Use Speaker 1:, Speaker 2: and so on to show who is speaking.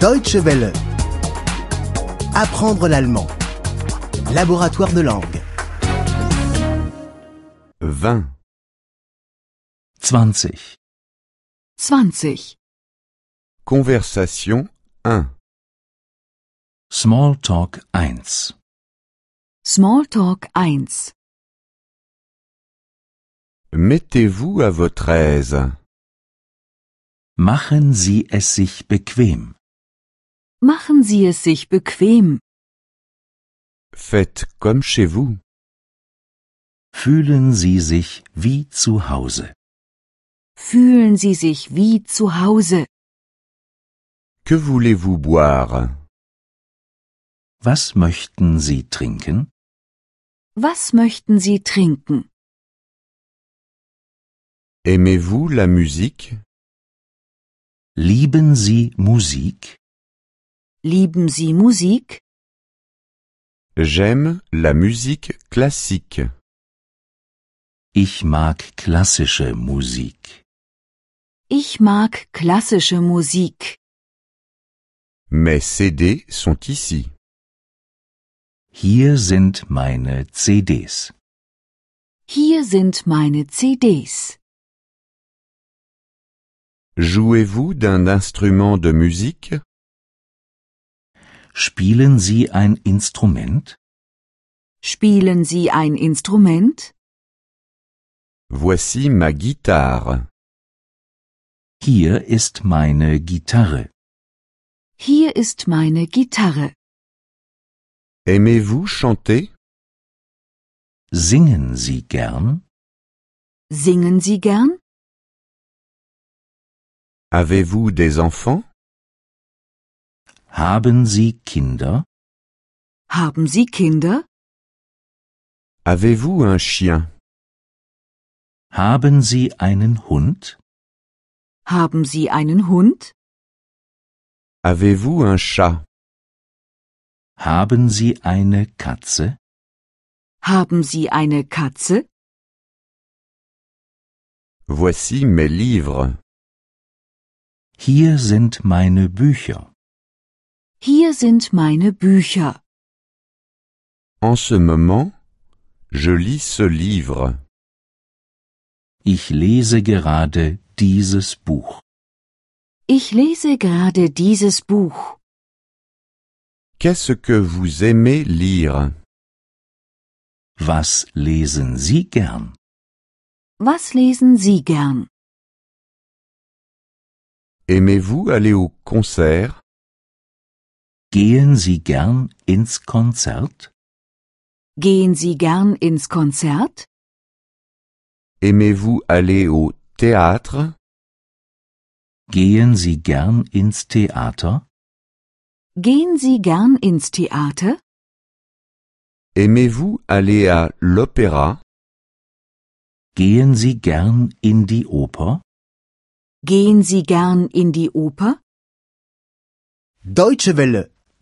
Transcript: Speaker 1: Deutsche Welle. Apprendre l'allemand. Laboratoire de langue.
Speaker 2: 20.
Speaker 3: 20.
Speaker 4: 20.
Speaker 2: Conversation 1.
Speaker 3: Smalltalk 1.
Speaker 4: Smalltalk 1.
Speaker 2: Mettez-vous à votre aise.
Speaker 3: Machen Sie es sich bequem.
Speaker 4: Machen Sie es sich bequem.
Speaker 2: Faites comme chez vous.
Speaker 3: Fühlen Sie sich wie zu Hause.
Speaker 4: Fühlen Sie sich wie zu Hause.
Speaker 2: Que voulez-vous boire
Speaker 3: Was möchten Sie trinken?
Speaker 4: Was möchten Sie trinken?
Speaker 2: Aimez-vous la musique
Speaker 3: Lieben Sie Musik?
Speaker 4: Lieben Sie Musik?
Speaker 2: J'aime la musique classique.
Speaker 3: Ich mag klassische Musik.
Speaker 4: Ich mag klassische Musik.
Speaker 2: Mes CD sont ici.
Speaker 3: Hier sind meine CDs.
Speaker 4: Hier sind meine CDs.
Speaker 2: Jouez-vous d'un instrument de musique
Speaker 3: Spielen Sie ein Instrument?
Speaker 4: Spielen Sie ein Instrument?
Speaker 2: Voici ma guitare.
Speaker 3: Hier ist meine Gitarre.
Speaker 4: Hier ist meine Gitarre.
Speaker 2: Aimez-vous chanter
Speaker 3: Singen Sie gern?
Speaker 4: Singen Sie gern?
Speaker 2: Avez-vous des enfants
Speaker 3: Haben Sie Kinder?
Speaker 4: Haben Sie Kinder?
Speaker 2: Avez-vous un chien
Speaker 3: Haben Sie einen Hund?
Speaker 4: Haben Sie einen Hund?
Speaker 2: Avez-vous un chat
Speaker 3: Haben Sie eine Katze?
Speaker 4: Haben Sie eine Katze?
Speaker 2: Voici mes livres.
Speaker 3: Hier sind meine Bücher.
Speaker 4: Hier sind meine Bücher.
Speaker 2: En ce moment, je lis ce livre.
Speaker 3: Ich lese gerade dieses Buch.
Speaker 4: Ich lese gerade dieses Buch.
Speaker 2: Qu'est-ce que vous aimez lire
Speaker 3: Was lesen Sie gern?
Speaker 4: Was lesen Sie gern?
Speaker 2: Aimez-vous aller au concert
Speaker 3: Gehen Sie gern ins Konzert?
Speaker 4: Gehen Sie gern ins Konzert?
Speaker 2: Aimez-vous aller au théâtre
Speaker 3: Gehen Sie gern ins Theater?
Speaker 4: Gehen Sie gern ins Theater?
Speaker 2: Aimez-vous aller à l'opéra
Speaker 3: Gehen Sie gern in die Oper?
Speaker 4: Gehen Sie gern in die Oper?
Speaker 1: Deutsche Welle.